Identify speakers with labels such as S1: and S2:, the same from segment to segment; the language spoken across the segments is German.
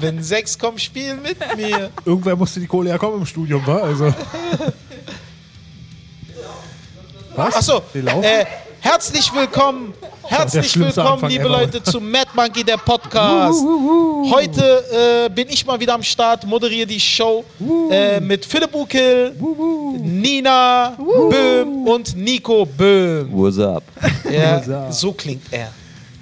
S1: Wenn sechs kommen, spielen mit mir.
S2: Irgendwer musste die Kohle ja kommen im Studium, war also. Was?
S1: Achso,
S2: Die laufen?
S1: äh, herzlich willkommen, herzlich
S2: schlimmste
S1: willkommen,
S2: Anfang
S1: liebe
S2: ever.
S1: Leute, zu Mad Monkey, der Podcast. Heute äh, bin ich mal wieder am Start, moderiere die Show äh, mit Philipp Ukel, Nina Böhm und Nico Böhm.
S3: What's up?
S1: Ja, so klingt er.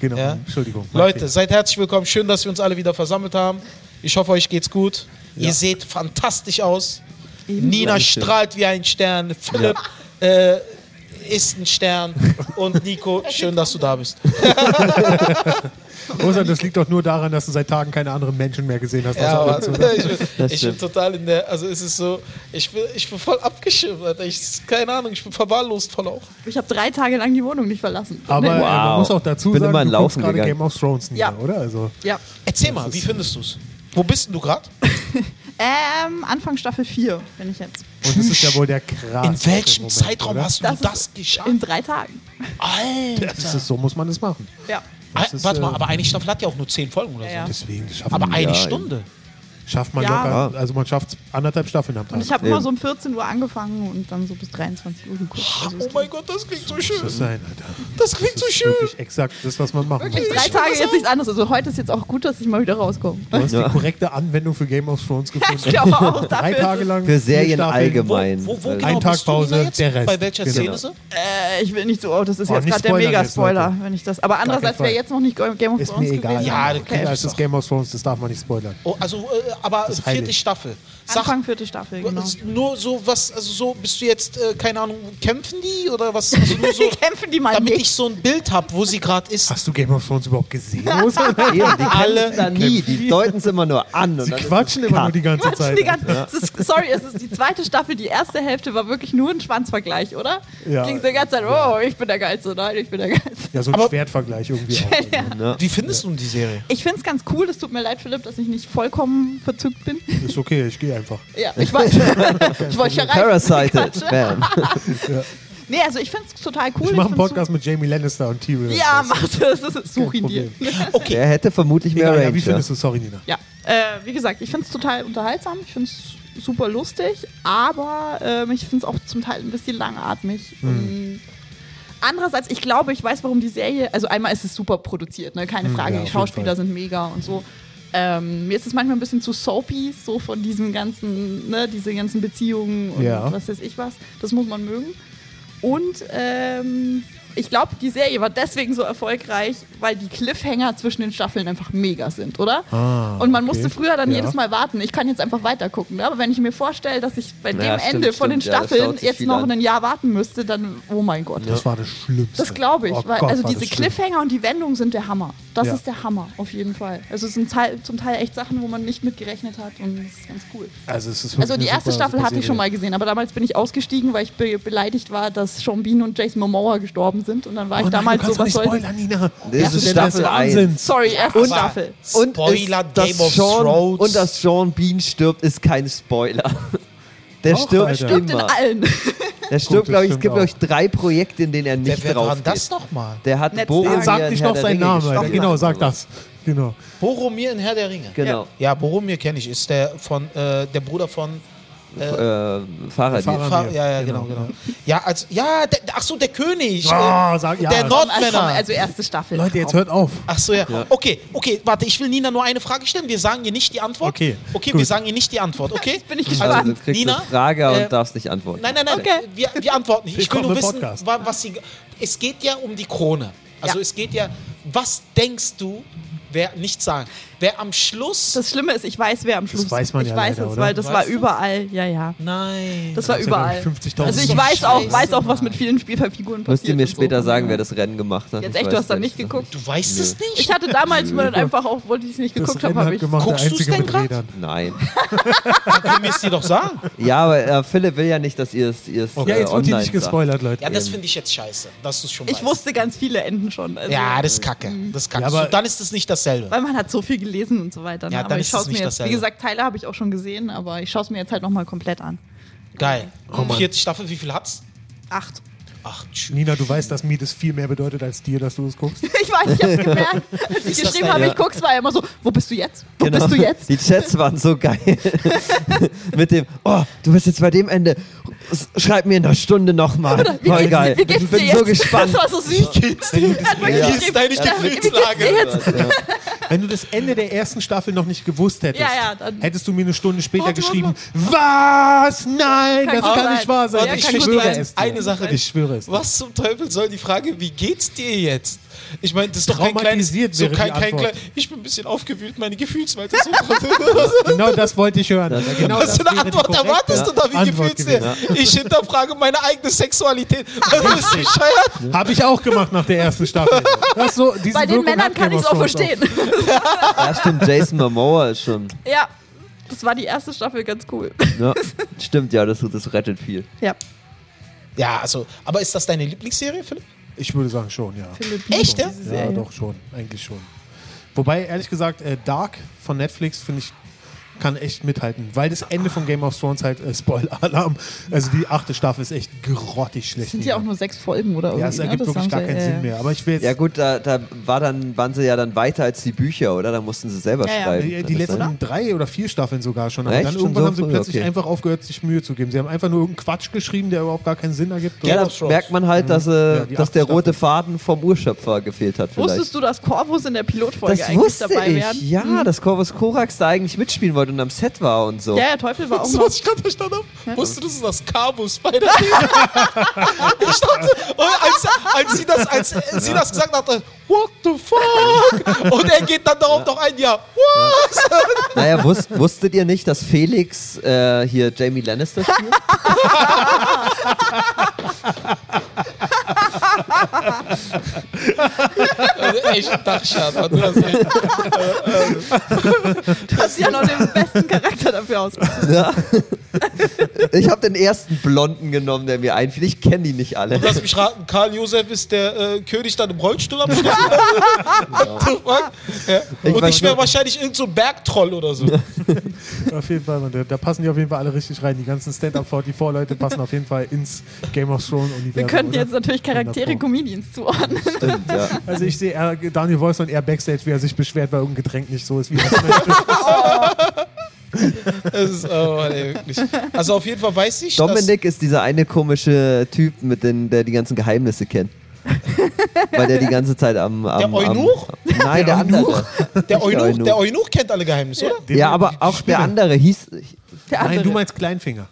S2: Genau,
S1: Ja.
S2: Entschuldigung.
S1: Leute, seid herzlich willkommen. Schön, dass wir uns alle wieder versammelt haben. Ich hoffe, euch geht's gut. Ihr seht fantastisch aus. Nina
S3: Dankeschön.
S1: strahlt wie ein Stern. Philipp äh, ist ein Stern. Und Nico, schön, dass du da bist.
S2: Rosa, das liegt doch nur daran, dass du seit Tagen keine anderen Menschen mehr gesehen hast. Also,
S1: Ja, aber,
S2: außer uns, oder?
S1: ich, bin,
S3: Das
S1: ich bin
S3: stimmt.
S1: total in der. Also, es ist so. Ich bin, ich bin voll abgeschirmt, Alter. Ich, keine Ahnung, ich bin verwahrlost voll auch.
S4: Ich habe drei Tage lang die Wohnung nicht verlassen.
S2: aber äh, man
S3: Wow.
S2: muss auch dazu
S3: Bin
S2: sagen,
S3: immer
S2: du guckst
S3: laufen
S2: gerade
S3: gegangen.
S2: Game of Thrones nieder,
S4: Ja.
S2: oder? Also,
S4: Ja.
S1: Erzähl mal, wie findest du's? Wo bist denn du gerade?
S4: Ähm, Anfang Staffel 4 bin ich jetzt.
S2: und Ah, das ist ja wohl der krass.
S1: In welchem Zeitraum
S2: oder?
S1: hast du
S4: Das
S1: das,
S4: ist-
S1: geschafft?
S4: In drei Tagen.
S1: Alter!
S2: Das ist, so muss man das machen.
S4: Ja.
S2: das
S1: Ah,
S2: ist,
S1: warte mal,
S2: äh,
S1: aber eine Staffel hat ja auch nur zehn Folgen oder so.
S4: Ja.
S2: Deswegen, das schafft
S1: Aber
S2: man,
S1: eine
S3: Ja,
S1: Stunde.
S2: schafft man
S4: Ja.
S2: locker. Also man schafft anderthalb Staffeln am Tag.
S4: Und ich habe immer
S3: Eben.
S4: so um 14 Uhr angefangen und dann so bis 23 Uhr geguckt. Also
S1: Oh
S4: es
S1: mein Gott, das klingt so
S2: Das muss
S1: schön.
S2: sein, Alter.
S1: Das klingt so
S2: Das ist
S1: schön.
S2: wirklich exakt das, was man machen muss.
S1: Wirklich?
S4: drei
S1: Ich fand
S4: Tage
S1: das
S4: jetzt
S1: auch.
S4: nichts anderes. Also heute ist jetzt auch gut, dass ich mal wieder rauskomme.
S2: Du hast
S3: Ja.
S2: die korrekte Anwendung für Game of Thrones
S4: Ich
S2: gefunden.
S4: glaube auch dafür.
S2: Drei Tage lang.
S3: Für
S2: vier
S3: Serien
S2: Staffeln.
S1: Wo,
S3: allgemein.
S1: wo, wo
S3: Äh,
S1: genau
S2: Tag
S1: bist du
S2: Pause,
S1: Nina jetzt?
S2: der Rest.
S1: Bei welcher
S2: Genau.
S1: Szene? so?
S4: Äh, ich will nicht so, oh, das ist
S2: Oh,
S4: jetzt
S2: nicht
S4: gerade der
S2: spoilern jetzt,
S4: Mega-Spoiler,
S2: Leute.
S4: wenn ich das. Aber andererseits
S2: Fall.
S4: wäre jetzt noch nicht Game of Thrones
S2: Ist mir egal.
S4: gewesen.
S1: Ja, das
S2: okay.
S1: klar,
S2: Das ist Game of Thrones, das darf man nicht spoilern.
S1: Oh, also, äh, aber vierte
S2: heilig.
S1: Staffel. Sag,
S4: Anfang vierte Staffel, genau.
S1: nur so was, also so, bist du jetzt, äh, keine Ahnung, kämpfen die oder was? Also nur so,
S4: Die kämpfen die mal
S1: damit
S4: nicht.
S1: ich so ein Bild habe, wo sie gerade ist.
S2: Hast du Game of Thrones überhaupt gesehen? Rosa?
S3: Eben, die
S1: Alle-
S3: alle da nie, die deuten es immer nur an. Und
S2: Sie
S3: dann ist
S2: quatschen
S3: es
S2: immer nur
S3: cut.
S2: die ganze
S4: Quatsch,
S2: Zeit.
S4: die ganze, es ist, sorry, es ist die zweite Staffel. Die erste Hälfte war wirklich nur ein Schwanzvergleich, oder?
S2: Ja.
S4: Ging so die ganze Zeit, oh, ich bin der Geilste, nein, ich bin der Geilste.
S2: Ja, so ein
S1: Aber-
S2: Schwertvergleich irgendwie auch.
S1: Wie findest du die Serie?
S4: Ich finde es ganz cool, es tut mir leid, Philipp, dass ich nicht vollkommen verzückt bin.
S2: Ist okay, ich gehe einfach.
S4: Ja, ich weiß. ich wollte ja rein.
S3: Parasited, man.
S4: Nee, also ich finde es total cool.
S2: Ich mache einen
S4: find's
S2: Podcast mit Jamie Lannister und Tyrion.
S4: so- Ja, mach das, das ist, such ihn dir.
S2: Problem.
S3: Der hätte vermutlich mehr
S2: Egal, ja,
S3: Range.
S2: wie findest du? Sorry, Nina.
S4: Ja, äh, wie gesagt, ich finde es total unterhaltsam, ich finde es super lustig, aber ähm, ich finde es auch zum Teil ein bisschen langatmig.
S2: Hm.
S4: Ähm, Andererseits, ich glaube, ich weiß, warum die Serie, also einmal ist es super produziert, ne? keine
S2: Hm,
S4: Frage,
S2: ja, auf
S4: die
S2: jeden
S4: Schauspieler
S2: Fall.
S4: sind mega und so. Ähm, mir ist es manchmal ein bisschen zu soapy, so von diesem ganzen, ne, diese ganzen Beziehungen und
S2: Ja.
S4: was weiß ich was. Das muss man mögen. Und ähm, ich glaube, die Serie war deswegen so erfolgreich, weil die Cliffhanger zwischen den Staffeln einfach mega sind, oder?
S2: Ah,
S4: und man
S2: okay.
S4: musste früher dann
S2: Ja.
S4: jedes Mal warten. Ich kann jetzt einfach weitergucken. Ne? Aber wenn ich mir vorstelle, dass ich bei dem
S3: Ja, stimmt,
S4: Ende von den
S3: stimmt. Ja, das
S4: Staffeln
S3: staut sich
S4: jetzt
S3: viel
S4: noch
S3: an.
S4: ein Jahr warten müsste, dann, oh mein Gott.
S2: Das war das Schlimmste.
S4: Das glaube ich.
S2: Oh
S4: weil,
S2: Gott,
S4: also
S2: war
S4: diese
S2: das schlimm.
S4: Cliffhanger und die Wendung sind der Hammer. Das
S2: Ja.
S4: ist der Hammer, auf jeden Fall. Also es sind Teil, zum Teil echt Sachen, wo man nicht mitgerechnet hat und das ist ganz cool.
S2: Also, es ist wirklich
S4: Also die
S2: eine
S4: erste
S2: super,
S4: Staffel
S2: super
S4: hatte ich schon mal
S2: Serie.
S4: gesehen, aber damals bin ich ausgestiegen, weil ich be beleidigt war, dass Sean Bean und Jason Momoa gestorben sind und dann war ich
S2: Oh nein,
S4: damals
S2: du kannst
S4: so, was
S2: doch nicht
S4: soll
S2: spoilern, Nina.
S3: Das ist
S2: denn des
S3: Staffel
S2: Wahnsinns.
S4: Sorry, erste
S1: Aber
S4: Staffel.
S3: Und
S1: Also, Spoiler
S3: ist, dass
S1: Game of
S3: Sean,
S1: Thrones.
S3: Und dass Sean Bean stirbt, ist kein Spoiler. Der
S2: Doch,
S3: stirbt
S2: Alter.
S4: Stimmt in
S3: immer.
S4: allen.
S3: Der
S2: das
S3: stirbt, glaube ich, es
S2: stimmt
S3: gibt,
S2: auch.
S3: glaube ich, drei Projekte, in denen er
S1: Wer,
S3: nicht
S1: wer
S3: drauf
S1: war denn
S3: geht.
S1: das nochmal?
S3: Der hat
S4: Netzwerk.
S3: Boromir
S2: Sag
S3: in
S2: nicht
S3: Herr
S2: noch
S3: der
S2: seinen
S3: Ringe
S2: Namen, Alter.
S3: gespielt.
S2: Genau, sag das. Genau.
S1: Boromir in Herr der Ringe.
S3: Genau.
S1: Ja, Boromir kenne ich. Ist der von äh, der Bruder von
S3: Äh,
S2: Fahrrad.
S3: Fahrrad.
S1: Fa
S2: Faramir.
S1: ja, ja, genau, genau. Ja, als ja, der, ach so, der König,
S2: Ah,
S1: äh,
S2: sag- ja.
S1: der
S4: Also,
S1: Nordmänner.
S4: also erste Staffel.
S2: Leute, jetzt hört auf.
S1: ach so, ja. Okay, okay, warte, ich will Nina nur eine Frage stellen. Wir sagen ihr nicht die Antwort.
S2: Okay,
S1: okay,
S2: gut.
S1: wir sagen ihr nicht die Antwort. Okay,
S4: Bin ich
S3: Also du
S4: gespannt.
S3: kriegst
S1: Nina,
S3: eine Frage und
S1: äh,
S3: darfst nicht antworten.
S1: Nein, nein, nein.
S4: Okay.
S1: Wir, wir antworten nicht. Ich will
S2: Willkommen
S1: nur
S2: im
S1: wissen,
S2: Podcast.
S1: wa- was sie. Es geht ja um die Krone. Also
S4: Ja.
S1: es geht ja. Was denkst du? Wer nicht sagen? Wer am Schluss?
S4: das Schlimme ist, ich weiß, wer am Schluss
S2: weiß man
S4: Ich
S2: ja
S4: weiß
S2: leider,
S4: es,
S2: oder?
S4: weil das
S1: Weißt
S4: war
S1: du's?
S4: überall. Ja, ja.
S1: Nein.
S4: Das war
S2: Das sind, glaub ich,
S4: überall.
S2: 50.000
S4: Also ich
S2: so
S4: weiß auch,
S1: Scheiße.
S4: weiß auch, was mit vielen Spielfiguren passiert.
S3: Müsst ihr mir
S4: und so.
S3: später sagen, wer das Rennen gemacht hat.
S4: Jetzt
S3: Ich
S4: echt,
S3: weiß
S4: du hast da
S3: selbst
S4: nicht
S3: noch
S4: geguckt.
S1: du weißt es nicht.
S4: Ich hatte damals mal einfach auch, obwohl ich es nicht
S2: Das
S4: geguckt habe,
S2: Rennen
S4: habe
S2: hat
S4: ich.
S2: gemacht, der
S1: Guckst du's
S2: Einzige
S1: denn
S2: mit
S1: grad?
S2: Rädern.
S3: Nein.
S1: Du müsst dir doch sagen.
S3: Ja, aber äh, Philipp will ja nicht, dass ihr es ihr es,
S2: Ja,
S3: äh,
S2: jetzt wird die
S3: online
S2: nicht
S3: sagt.
S2: gespoilert, Leute.
S1: Ja, das finde ich jetzt scheiße, dass du schon
S4: Ich
S1: weißt.
S4: wusste ganz viele Enden schon. Also,
S1: Ja, das ist kacke. Das ist kacke.
S2: Ja, aber-
S1: so, dann ist es nicht dasselbe.
S4: Weil man hat so viel gelesen und so weiter. Ne?
S1: Ja,
S4: aber
S1: dann ist
S4: ich
S1: es
S4: schaue es mir
S1: nicht
S4: jetzt, wie
S1: dasselbe.
S4: gesagt, Teile habe ich auch schon gesehen, aber ich schaue es mir jetzt halt nochmal komplett an.
S1: Geil.
S2: Mann.
S1: Vierte Staffel, wie viel hat's?
S4: Acht.
S1: Ach, tschüss.
S2: Nina, du weißt, dass mir das viel mehr bedeutet als dir, dass du es guckst.
S4: Ich weiß, ich hab's gemerkt. Als ich
S3: Ist das
S4: geschrieben
S3: ein-
S4: habe,
S3: ja.
S4: ich guck's, war er immer so, wo bist du jetzt? Wo bist du jetzt?
S3: Genau. Die Chats waren so geil. Mit dem, oh, du bist jetzt bei dem Ende. S- Schreib mir in einer Stunde nochmal.
S4: Oder, wie
S3: Voll
S4: geht's,
S3: geil.
S4: Wie geht's
S3: ich
S4: dir
S3: bin
S4: jetzt?
S3: so gespannt.
S4: Das war so süß.
S2: geht's dir?
S4: Er hat wirklich
S1: Wie
S4: geschrieben,
S1: ist deine
S4: ja, wie geht's dir
S1: Gefühlslage?
S4: jetzt?
S2: Wenn du das Ende der ersten Staffel noch nicht gewusst hättest,
S4: Ja, ja, dann-
S2: hättest du mir eine Stunde später
S4: Warte,
S2: geschrieben, was? Nein,
S4: Kann
S2: das
S4: gut
S2: kann
S4: sein.
S2: nicht wahr sein.
S4: Ja,
S1: ich
S4: kann gut
S1: schwöre
S4: sein.
S1: es dir. Eine Sache.
S2: Ich schwöre es. dir.
S1: Was zum Teufel soll die Frage, wie geht's dir jetzt? Ich meine, das ist doch kein kleines...
S2: Traumatisiert
S1: So
S2: wäre
S1: kein,
S2: die
S1: kein
S2: Antwort.
S1: klein, ich bin ein bisschen aufgewühlt, meine Gefühlsweite ist so
S2: Genau das wollte ich hören. genau
S1: Hast du eine
S2: wäre die
S1: Antwort
S2: korrekte
S1: erwartest oder wie
S2: Antwort
S1: gefühlst du dir? Ich hinterfrage meine eigene Sexualität. Das ist bescheuert.
S2: Habe ich auch gemacht nach der ersten Staffel. Das so, diesen
S4: Bei den
S2: Wirkung
S4: Männern
S2: hat
S4: kann
S2: Game
S4: ich's
S2: of
S4: auch
S2: Thrones
S4: verstehen.
S3: Ja, stimmt, Jason Momoa ist schon.
S4: Ja, das war die erste Staffel ganz cool.
S3: Ja, stimmt, ja, das, das rettet viel.
S4: Ja,
S1: Ja, also, aber ist das deine Lieblingsserie, Philipp?
S2: Ich würde sagen schon, ja.
S1: Echt, ja?
S2: Ja, doch schon, eigentlich schon. Wobei, ehrlich gesagt, äh, Dark von Netflix finde ich kann echt mithalten, weil das Ende von Game of Thrones halt äh, Spoiler-Alarm. Also die achte Staffel ist echt grottig schlecht.
S4: Sind ja auch nur sechs Folgen oder
S2: ja,
S4: irgendwie,
S2: es
S4: ne?
S2: ergibt
S4: Das
S2: wirklich
S4: haben
S2: gar
S4: sie-
S2: keinen
S4: ja, ja.
S2: Sinn mehr. Aber ich will jetzt
S3: Ja, gut, da, da war dann, waren sie ja dann weiter als die Bücher, oder? Da mussten sie selber
S4: Ja, ja.
S3: schreiben.
S2: Die, äh, die
S3: Kann also das
S2: letzten
S3: sein?
S2: drei oder vier Staffeln sogar schon. Aber
S3: Echt?
S2: dann
S3: Schon
S2: irgendwann
S3: so
S2: haben sie
S3: früh?
S2: plötzlich
S3: Okay.
S2: einfach aufgehört, sich Mühe zu geben. Sie haben einfach nur irgendeinen Quatsch geschrieben, der überhaupt gar keinen Sinn ergibt.
S1: Game
S3: Ja, da
S1: of Thrones.
S3: merkt man
S4: Mhm.
S3: halt, dass, äh,
S2: Ja, die
S3: dass
S2: achte
S3: der rote Faden vom Urschöpfer gefehlt hat. Vielleicht.
S4: Wusstest du, dass Corvus in der Pilotfolge
S3: das
S4: eigentlich
S3: wusste
S4: dabei Hm.
S3: ich.
S4: wäre?
S3: Ja, dass Corvus Corax da eigentlich mitspielen wollte und am Set war und so.
S4: Ja, der Teufel war auch
S1: Weißt du,
S4: noch.
S1: was ich gerade verstanden habe? Wusstest du, das ist das Carbus bei der Ich dachte, und als, als, sie das, als sie das gesagt hat, dachte ich, what the fuck? Und er geht dann darauf noch ein, ja, what?
S3: Naja, wus wusstet ihr nicht, dass Felix äh, hier Jamie Lannister spielt? Also,
S1: Äh, Echt, Dachschad, war
S3: ne?
S1: das echt.
S4: Du hast ja noch den besten Charakter dafür aus.
S3: ja. Ich habe den ersten Blonden genommen, der mir einfiel. Ich kenne die nicht alle.
S1: Lass mich raten, Karl Josef ist der äh, König dann im Rollstuhl am Schluss. What the fuck? Ja.
S3: Ich
S1: Und
S3: weiß
S1: ich wäre
S3: nicht.
S1: wahrscheinlich irgendein so ein Bergtroll oder so.
S2: Auf jeden Fall, Mann, da, da passen die auf jeden Fall alle richtig rein. Die ganzen Stand-Up 44-Leute passen auf jeden Fall ins Game of Thrones-Universum.
S4: Wir könnten
S2: oder?
S4: jetzt natürlich Charaktere
S2: Wunderbar.
S4: Comedians zuordnen.
S3: Stimmt, ja.
S2: Also ich sehe eher Daniel Wolfson eher Backstage, wie er sich beschwert, weil irgendein Getränk nicht so ist, wie er es möchte.
S1: Das ist, oh, Mann, ey, wirklich. Also auf jeden Fall weiß ich,
S3: Dominik ist dieser eine komische Typ, mit dem, der die ganzen Geheimnisse kennt. Weil der die ganze Zeit am. am
S1: Der
S3: am-
S1: Eunuch?
S3: Nein, der andere.
S1: dass der
S3: Nicht der
S1: Eunuch,
S3: Eunuch.
S1: der Eunuch kennt alle Geheimnisse, oder?
S2: Den-
S3: ja, aber
S2: die
S3: auch
S2: Spinne.
S3: der andere hieß. Ich,
S4: Der
S2: Nein,
S4: andere.
S2: du meinst Kleinfinger.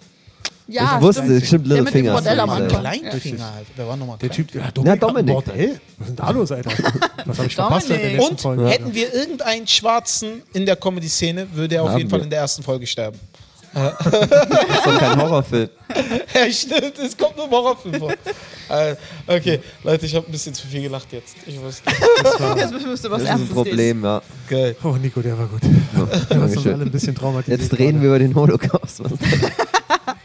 S4: ja,
S3: ich wusste, stimmt,
S4: stimmt.
S3: stimmt
S4: Der
S3: Little
S4: mit dem
S3: Finger.
S4: Bordell am
S3: sorry.
S4: Anfang.
S1: Kleinfinger, halt. Wer war nochmal
S2: Der Typ, ja, Dominik,
S3: Ja,
S2: hat ein
S3: Dominik.
S2: Bordell. Was ist denn da los, Alter? Was habe ich verpasst in der letzten
S1: Und
S2: Folge?
S1: hätten wir irgendeinen Schwarzen in der Comedy-Szene, würde er auf
S3: Haben
S1: jeden Fall
S3: wir.
S1: in der ersten Folge sterben.
S3: Das ist doch kein Horrorfilm.
S1: Ja, stimmt, es kommt nur im Horrorfilm vor. Äh, okay, Leute, ich habe ein bisschen zu viel gelacht jetzt. Ich wusste.
S4: Jetzt müssen wir was
S3: Das ist ein
S4: Ernstes
S3: Problem, ja.
S1: Geil.
S2: Oh, Nico, der war gut. Du hast uns
S3: Dankeschön.
S2: alle ein bisschen traumatisiert.
S3: Jetzt reden wir über den Holocaust. Was?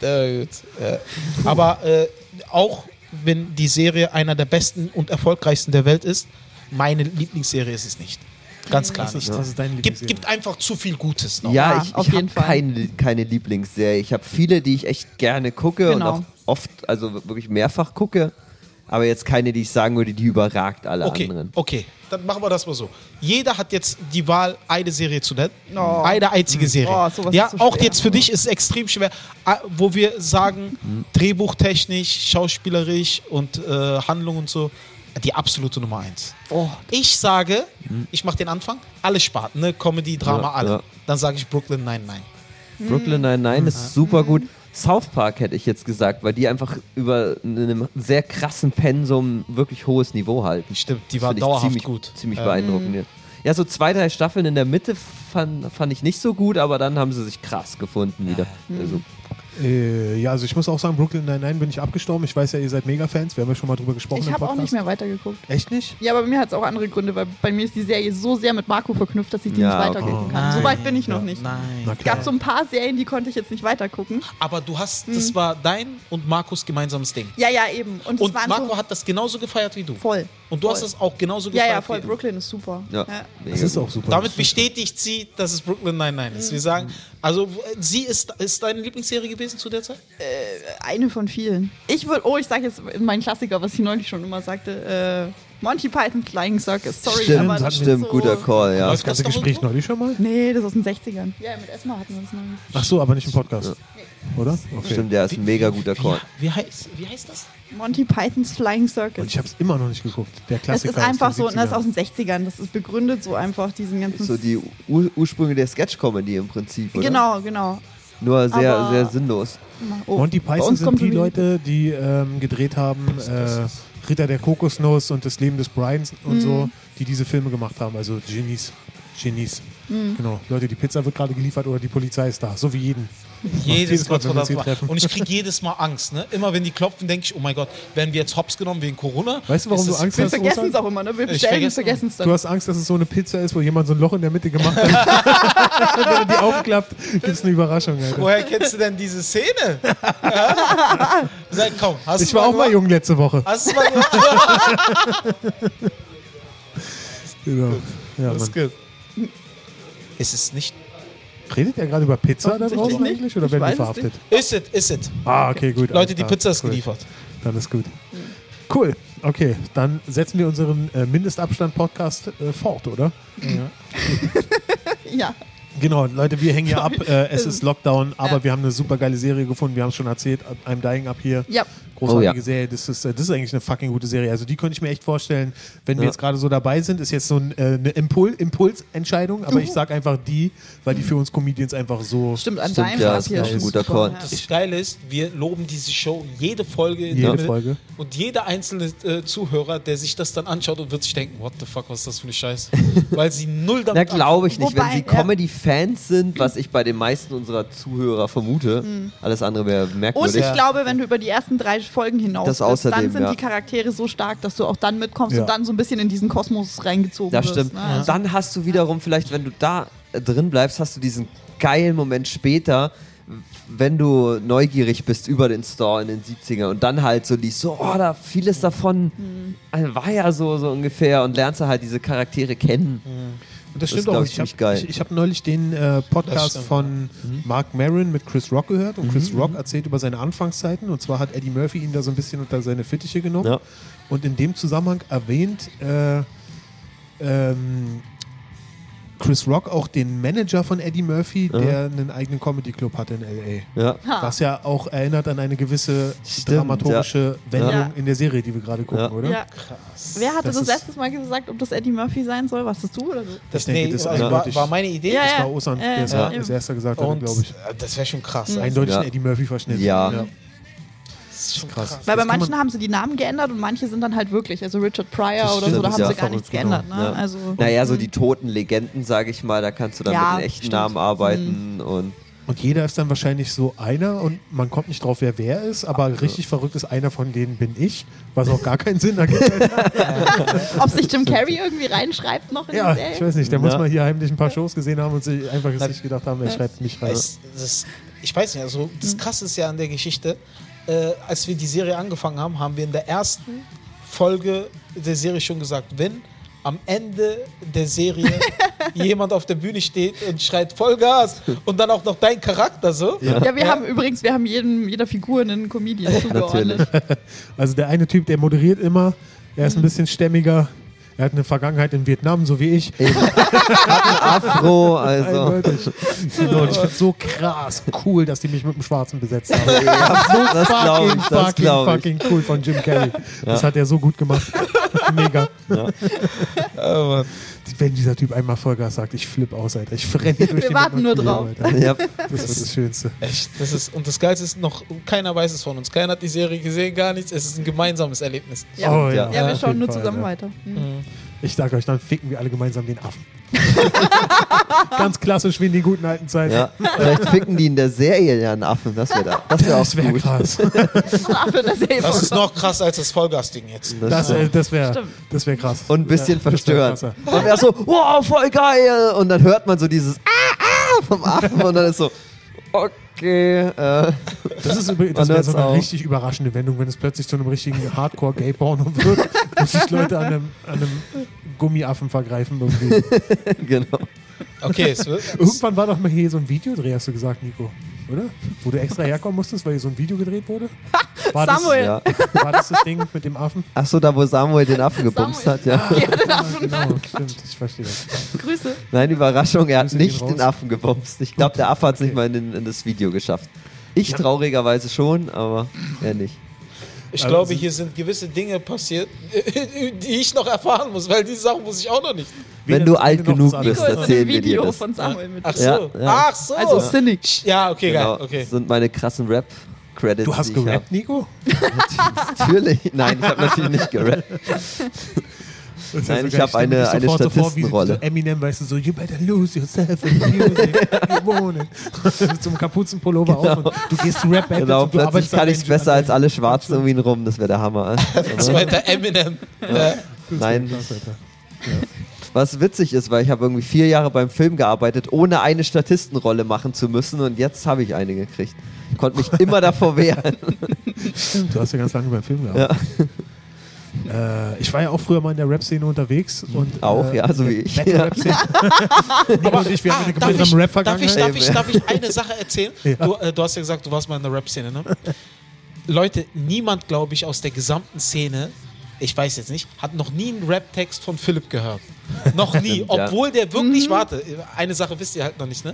S1: Ja, gut. Ja. Aber äh, auch wenn die Serie einer der besten und erfolgreichsten der Welt ist, meine Lieblingsserie ist es nicht. Ganz klar
S2: Mhm. Das
S1: nicht.
S2: ist, das ist dein
S1: Gibt,
S2: Lieblingsserie.
S1: gibt einfach zu viel Gutes noch.
S3: Ja,
S4: Ja,
S3: ich,
S4: auf
S3: ich
S4: jeden
S3: habe
S4: Fall.
S3: kein, keine Lieblingsserie. Ich habe viele, die ich echt gerne gucke
S4: Genau.
S3: und auch oft, also wirklich mehrfach gucke. Aber jetzt keine, die ich sagen würde, die überragt alle
S1: Okay,
S3: anderen.
S1: okay, dann machen wir das mal so. Jeder hat jetzt die Wahl, eine Serie zu nennen. Eine einzige Serie.
S4: Oh, sowas
S1: ja,
S4: ist so
S1: auch
S4: schwer.
S1: jetzt für dich ist es extrem schwer, Ah, wo wir sagen,
S3: Mm.
S1: drehbuchtechnisch, schauspielerisch und äh, Handlung und so, die absolute Nummer eins.
S4: Oh,
S1: Ich sage, ich mache den Anfang, alle Sparten, ne? Comedy, Drama,
S3: Mm. Ja,
S1: alle.
S3: ja.
S1: Dann sage ich Brooklyn, nein, nein.
S4: Mhm.
S3: Brooklyn Nine-Nine ist super gut. South Park hätte ich jetzt gesagt, weil die einfach über einem sehr krassen Pensum wirklich hohes Niveau halten.
S1: Stimmt, die
S3: Das
S1: war
S3: find ich
S1: dauerhaft
S3: ziemlich,
S1: gut. Ähm,
S3: Ziemlich
S1: Ja.
S4: Mhm.
S3: beeindruckend. Ja. ja, so zwei, drei Staffeln in der Mitte fand, fand ich nicht so gut, aber dann haben sie sich krass gefunden wieder.
S4: Mhm.
S3: Also,
S2: Äh, ja, also ich muss auch sagen, Brooklyn Nine-Nine bin ich abgestorben. Ich weiß ja, ihr seid Mega-Fans. Wir haben ja schon mal drüber gesprochen
S4: ich
S2: im
S4: habe
S2: Podcast.
S4: auch nicht mehr weitergeguckt.
S2: Echt nicht?
S4: Ja, aber bei mir hat es auch andere Gründe, weil bei mir ist die Serie so sehr mit Marco verknüpft, dass ich die
S3: Ja,
S4: nicht
S3: okay.
S4: weitergucken kann. So weit bin ich noch nicht.
S1: Nein.
S2: Na
S4: Es gab so ein paar Serien, die konnte ich jetzt nicht weitergucken.
S1: Aber du hast, das
S4: Mhm.
S1: war dein und Markus gemeinsames Ding.
S4: Ja, ja, eben. Und, es
S1: Und
S4: waren
S1: Marco
S4: so
S1: hat das genauso gefeiert wie du.
S4: voll.
S1: Und du
S4: Voll.
S1: hast es auch genauso
S4: Ja,
S1: gesagt.
S4: ja, voll.
S1: wie-
S4: Brooklyn ist super.
S3: Ja,
S2: Das ist auch super.
S1: Damit bestätigt sie, dass es Brooklyn Nine-Nine ist. Wir sagen, also äh, sie ist, ist deine Lieblingsserie gewesen zu der Zeit?
S4: Eine von vielen. Ich würde, oh, ich sage jetzt meinen Klassiker, was ich neulich schon immer sagte: äh, Monty Python Flying Circus. Sorry,
S3: stimmt,
S4: aber das ist
S3: stimmt,
S4: so,
S3: guter Call, ja.
S1: Läuft
S2: das ganze
S1: das doch
S2: Gespräch
S1: irgendwo?
S2: neulich schon mal?
S4: Nee, das ist aus den 60ern. Ja, mit Esma hatten wir uns neulich.
S2: Ach so, aber nicht im Podcast. Oder? Okay.
S3: Stimmt, der ist ein mega guter
S1: Wie,
S3: Call.
S1: wie, heißt, wie heißt das?
S4: Monty Pythons Flying
S2: Und
S4: Circus.
S2: ich habe es immer noch nicht geguckt. Der
S4: Das
S2: Klassiker.
S4: ist einfach
S2: aus
S4: so,
S2: den
S4: und das ist
S2: 70ern.
S4: aus den 60ern. Das ist begründet so einfach diesen ganzen.
S3: So die Ur Ursprünge der Sketch-Comedy im Prinzip, oder?
S4: genau, genau.
S3: Nur sehr,
S4: Aber-
S3: sehr sinnlos.
S4: Oh,
S2: Monty
S4: bei
S2: Python
S4: uns
S2: sind
S4: kommt
S2: die
S4: wieder-
S2: Leute, die ähm, gedreht haben äh, Ritter der Kokosnuss und das Leben des Bryans und
S4: Mhm.
S2: so, die diese Filme gemacht haben. Also Genies. Genies.
S4: Mhm.
S2: Genau. Leute, die Pizza wird gerade geliefert oder die Polizei ist da. So wie jeden.
S1: Jedes
S2: jedes
S1: Mal, wenn
S2: Mal, wenn wir
S1: das
S2: sie
S1: mal.
S2: treffen.
S1: Und ich kriege jedes Mal Angst. Ne? Immer wenn die klopfen, denke ich, oh mein Gott, werden wir jetzt hops genommen wegen Corona?
S2: Weißt du, warum
S1: Ist
S2: du
S1: das-
S2: Angst
S4: Wir
S2: hast?
S4: vergessen es
S2: Rosa?
S4: auch immer, ne? Wir
S1: Ich
S4: bestellen,
S1: vergesse-
S4: vergessen es
S2: Du
S4: dann.
S2: hast Angst, dass es so eine Pizza ist, wo jemand so ein Loch in der Mitte gemacht hat. wenn er die aufklappt, gibt es eine Überraschung. Alter.
S1: Woher kennst du denn diese Szene? Ja? Sag, komm, hast
S2: Ich
S1: du
S2: war auch mal
S1: gemacht?
S2: jung letzte Woche.
S1: Hast du mal gemacht?
S2: Genau. Ja,
S1: Das ist
S2: Mann.
S1: gut. Ist es nicht?
S2: Redet er gerade über Pizza da
S4: Offensichtlich
S2: draußen
S4: nicht.
S2: eigentlich oder
S4: Ich
S2: werden wir
S4: weiß es
S2: verhaftet?
S1: Ist es, ist es.
S2: Ah, okay, gut.
S1: Leute, die
S2: alles
S1: Pizza
S2: klar.
S1: ist
S2: Cool.
S1: geliefert.
S2: Dann ist gut. Cool. Okay, dann setzen wir unseren äh, Mindestabstand-Podcast äh, fort, oder?
S4: Ja.
S2: Genau, Leute, wir hängen ja ab. Äh, es ist Lockdown, aber
S4: Ja.
S2: wir haben eine super geile Serie gefunden. Wir haben es schon erzählt. I'm Dying Up hier.
S4: Ja.
S2: Großartige
S3: Oh ja.
S2: Serie. Das ist, äh, das ist eigentlich eine fucking gute Serie. Also, die könnte ich mir echt vorstellen, wenn wir
S3: Ja.
S2: jetzt gerade so dabei sind. Ist jetzt so ein, äh, eine Impul Impulsentscheidung, aber ich sag einfach die, weil die für uns Comedians einfach so.
S4: Stimmt, an
S3: Stimmt,
S4: deinem
S3: ja,
S4: Platz
S3: ist
S4: hier
S3: noch ein
S4: schon
S3: guter
S4: super,
S3: Call.
S4: ja.
S1: Das Geile ist, wir loben diese Show jede Folge. in
S2: Jede
S1: der Mitte.
S2: Folge.
S1: Und jeder einzelne äh, Zuhörer, der sich das dann anschaut und wird sich denken, what the fuck, was ist das für eine Scheiße? Weil sie null
S3: Na,
S1: damit
S3: glaube ich nicht. Wenn
S4: Wobei,
S3: sie
S4: ja.
S3: Comedy-Fans sind, was ich bei den meisten unserer Zuhörer vermute, alles andere wäre
S4: Mhm. Und
S3: merkwürdig.
S4: ich glaube, wenn du über die ersten drei Folgen hinaus
S3: Das
S4: bist,
S3: außerdem,
S4: dann sind
S3: ja.
S4: die Charaktere so stark, dass du auch dann mitkommst
S2: Ja.
S4: und dann so ein bisschen in diesen Kosmos reingezogen
S3: Das
S4: wirst.
S3: stimmt.
S4: Ne? Also,
S3: Dann hast du wiederum vielleicht, wenn du da äh, drin bleibst, hast du diesen geilen Moment später, w- wenn du neugierig bist über den Store in den 70ern und dann halt so liest, so, oh, da vieles davon äh, war ja so, so ungefähr und lernst dann halt diese Charaktere kennen.
S2: Und das stimmt
S3: Das ist,
S2: auch.
S3: glaub ich,
S2: Ich habe
S3: ziemlich geil. Mhm.
S2: ich, ich hab neulich den äh,
S1: Das
S2: Podcast
S1: stimmt,
S2: von Mark Maron mit Chris Rock gehört und Chris Rock erzählt über seine Anfangszeiten und zwar hat Eddie Murphy ihn da so ein bisschen unter seine Fittiche genommen
S3: Ja.
S2: und in dem Zusammenhang erwähnt äh, ähm, Chris Rock auch den Manager von Eddie Murphy, der einen eigenen Comedy Club hatte in L.A.
S3: Ja.
S4: Ha.
S2: Was ja auch erinnert an eine gewisse
S3: Stimmt,
S2: dramaturgische Wendung
S4: Ja.
S2: in der Serie, die wir gerade gucken,
S3: Ja.
S2: oder?
S4: ja. Wer hatte
S2: Das
S4: das,
S2: ist-
S4: letztes Mal gesagt, ob das Eddie Murphy sein soll? Was hast du oder so?
S1: Das,
S2: Ich denke,
S1: nee,
S2: das ist
S1: also war,
S2: eindeutig.
S1: war meine Idee.
S4: Ja,
S2: Das
S4: ja.
S2: war Osan,
S4: Äh,
S2: der es
S1: ja.
S2: als erster gesagt hat,
S1: Und
S2: glaube ich.
S1: äh, das wäre schon
S4: Mhm.
S1: krass. Eigentlich
S2: Eindeutig
S3: Ja.
S2: ein Eddie Murphy-Verschnitt.
S3: Ja.
S1: Das ist schon
S2: Krass.
S1: krass.
S4: Weil bei
S2: Das kann
S4: manchen
S2: man-
S4: haben sie die Namen geändert und manche sind dann halt wirklich, also Richard
S2: Das
S4: Pryor oder so,
S2: stimmt,
S4: da
S2: das
S4: haben
S3: ist
S4: sie
S3: ja
S4: gar nichts
S2: verrückt, genau.
S4: geändert. Ne?
S3: Ja.
S4: Also,
S3: Naja, so die toten Legenden, sage ich mal, da kannst du dann
S4: Ja,
S3: mit den echten
S4: stimmt. Mhm.
S3: Namen arbeiten und
S2: Und jeder ist dann wahrscheinlich so einer und man kommt nicht drauf, wer wer ist, aber richtig verrückt ist, einer von denen bin ich, was auch gar keinen Sinn ergibt.
S4: Ob sich Jim Carrey irgendwie reinschreibt noch in
S2: ja,
S4: die
S2: ich
S4: Serie?
S2: weiß nicht, der muss
S3: Ja.
S2: mal hier heimlich ein paar Shows gesehen haben und sich einfach jetzt nicht gedacht haben, er schreibt mich rein.
S1: Es- das, ich weiß nicht, also das Krasse ist ja an der Geschichte, äh, als wir die Serie angefangen haben, haben wir in der ersten Folge der Serie schon gesagt, wenn am Ende der Serie jemand auf der Bühne steht und schreit Vollgas und dann auch noch dein Charakter so.
S4: Ja, wir haben übrigens, wir haben jedem, jeder Figur einen Comedian zugeordnet.
S3: natürlich.
S2: Also der eine Typ, der moderiert immer, er ist ein bisschen stämmiger, er hat eine Vergangenheit in Vietnam, so wie ich.
S3: Afro, also.
S2: Eindeutig. Genau, und ich finde so krass cool, dass die mich mit dem Schwarzen besetzt haben.
S3: Ja, das glaube
S2: fucking,
S3: ich, das
S2: fucking,
S3: glaube ich.
S2: fucking cool von Jim Carrey. Das hat er so gut gemacht. Mega. Oh Wenn dieser Typ einmal Vollgas sagt, ich flipp aus, Alter. Ich frenne durch
S4: Wir
S2: den
S4: warten nur
S2: Matthias,
S4: drauf.
S2: Alter.
S3: Ja,
S2: Das ist das Schönste.
S1: Echt, das ist, und das Geilste ist noch, keiner weiß es von uns. Keiner hat die Serie gesehen, gar nichts. Es ist ein gemeinsames Erlebnis.
S4: Ja.
S2: Oh,
S3: ja.
S2: ja.
S4: Ja, wir
S2: Auf
S4: schauen
S2: jeden
S4: nur
S2: Fall,
S4: zusammen
S2: Alter.
S4: weiter. Mhm.
S2: Ich sag euch, dann ficken wir alle gemeinsam den Affen. Ganz klassisch wie in den guten alten Zeiten.
S3: ja. Vielleicht ficken die in der Serie ja einen Affen, das wäre da, das wär auch
S2: Das wäre
S3: gut.
S2: krass.
S4: Affe in der Serie.
S1: Das ist noch krasser als das Vollgas-Ding jetzt.
S2: Das, äh, das wäre
S4: Stimmt.
S2: das wär krass.
S3: und ein
S2: Ja,
S3: bisschen
S2: das wär
S3: verstört.
S2: krasser.
S3: Und er so, wow, voll geil. Und dann hört man so dieses Ah, ah vom Affen und dann ist so, Okay, äh,
S2: Das ist übrigens das
S3: Man
S2: wäre
S3: hört's
S2: so eine
S3: auch.
S2: richtig überraschende Wendung, wenn es plötzlich zu einem richtigen Hardcore-Gay-Porno wird, wo sich Leute an einem, an einem Gummiaffen vergreifen. Irgendwie.
S3: genau.
S1: Okay, es wird.
S2: Irgendwann war doch mal hier so ein Videodreh, hast du gesagt, Nico, oder? Wo du extra herkommen musstest, weil hier so ein Video gedreht wurde? War
S4: Samuel.
S3: Ja.
S2: Das, war das das Ding mit dem Affen?
S3: Achso, da wo Samuel den Affen gebumst
S4: Samuel.
S3: hat, ja.
S4: Ja, den Affen.
S2: Genau, stimmt, ich verstehe das.
S4: Grüße.
S3: Nein, Überraschung, er hat
S2: Grüße gehen
S3: nicht
S2: raus.
S3: den Affen gebumst. Ich glaube, der Affe hat es nicht mal in, den- in das Video geschafft. Ich traurigerweise schon, aber er nicht.
S1: Ich
S2: Also-
S1: glaube, hier sind gewisse Dinge passiert, die ich noch erfahren muss, weil diese Sachen muss ich auch noch nicht.
S3: Wenn du alt
S2: noch was
S3: genug
S2: anderes
S3: bist,
S4: Nico
S2: sagst.
S4: ist in
S3: erzählen
S4: dem
S3: wir dir
S4: Video
S3: das.
S4: von Samuel mit.
S1: Ach so.
S3: Ja, ja.
S1: Ach so.
S4: Also Cynic.
S1: ja, okay,
S3: Genau,
S1: geil. Okay.
S3: Das sind meine krassen Rap-Credits.
S2: Du hast
S3: die ich
S2: gerappt, Nico?
S3: hab. Natürlich. Nein, ich habe natürlich nicht gerappt.
S2: Das ist
S3: Nein,
S2: so
S3: ich
S2: geil.
S3: hab
S2: stell mir
S3: eine-
S2: das
S3: eine
S2: sofort so vor, wie
S3: Statistenrolle.
S2: So Eminem, weißt du, so, you better lose yourself in music, you want it. Mit so einem Kapuzenpullover auf und du gehst zu Rap Battle
S3: Genau,
S2: und du
S3: plötzlich
S2: arbeitest
S3: kann
S2: an
S3: ich es
S2: deinen-
S3: besser
S2: an
S3: als alle Schwarzen um ihn rum. Das wäre der Hammer. Also,
S1: Zweiter Eminem. Äh,
S2: deinen-
S3: Nein.
S2: Das ist krass,
S3: Was witzig ist, weil ich habe irgendwie vier Jahre beim Film gearbeitet, ohne eine Statistenrolle machen zu müssen und jetzt habe ich eine gekriegt. Konnte mich immer davor wehren.
S2: Alter. Du hast ja ganz lange beim Film gearbeitet. Äh, ich war ja auch früher mal in der Rap-Szene unterwegs. Und,
S3: Auch,
S2: äh,
S3: ja, so wie ah, ich.
S2: Battle Rap Szene. Nico und ich, wir haben eine
S1: Ah, darf, ich,
S2: gemeinsame Rap
S1: darf, ich, darf, ich,
S3: Eben.
S1: darf ich eine Sache erzählen?
S2: ne? Ja.
S1: Du, äh, du hast ja gesagt, du warst mal in der Rap-Szene, ne? Leute, niemand, glaube ich, aus der gesamten Szene, ich weiß jetzt nicht, hat noch nie einen Rap-Text von Philipp gehört. Noch nie.
S3: Stimmt, ja.
S1: Obwohl der wirklich, warte, eine Sache wisst ihr halt noch nicht, ne?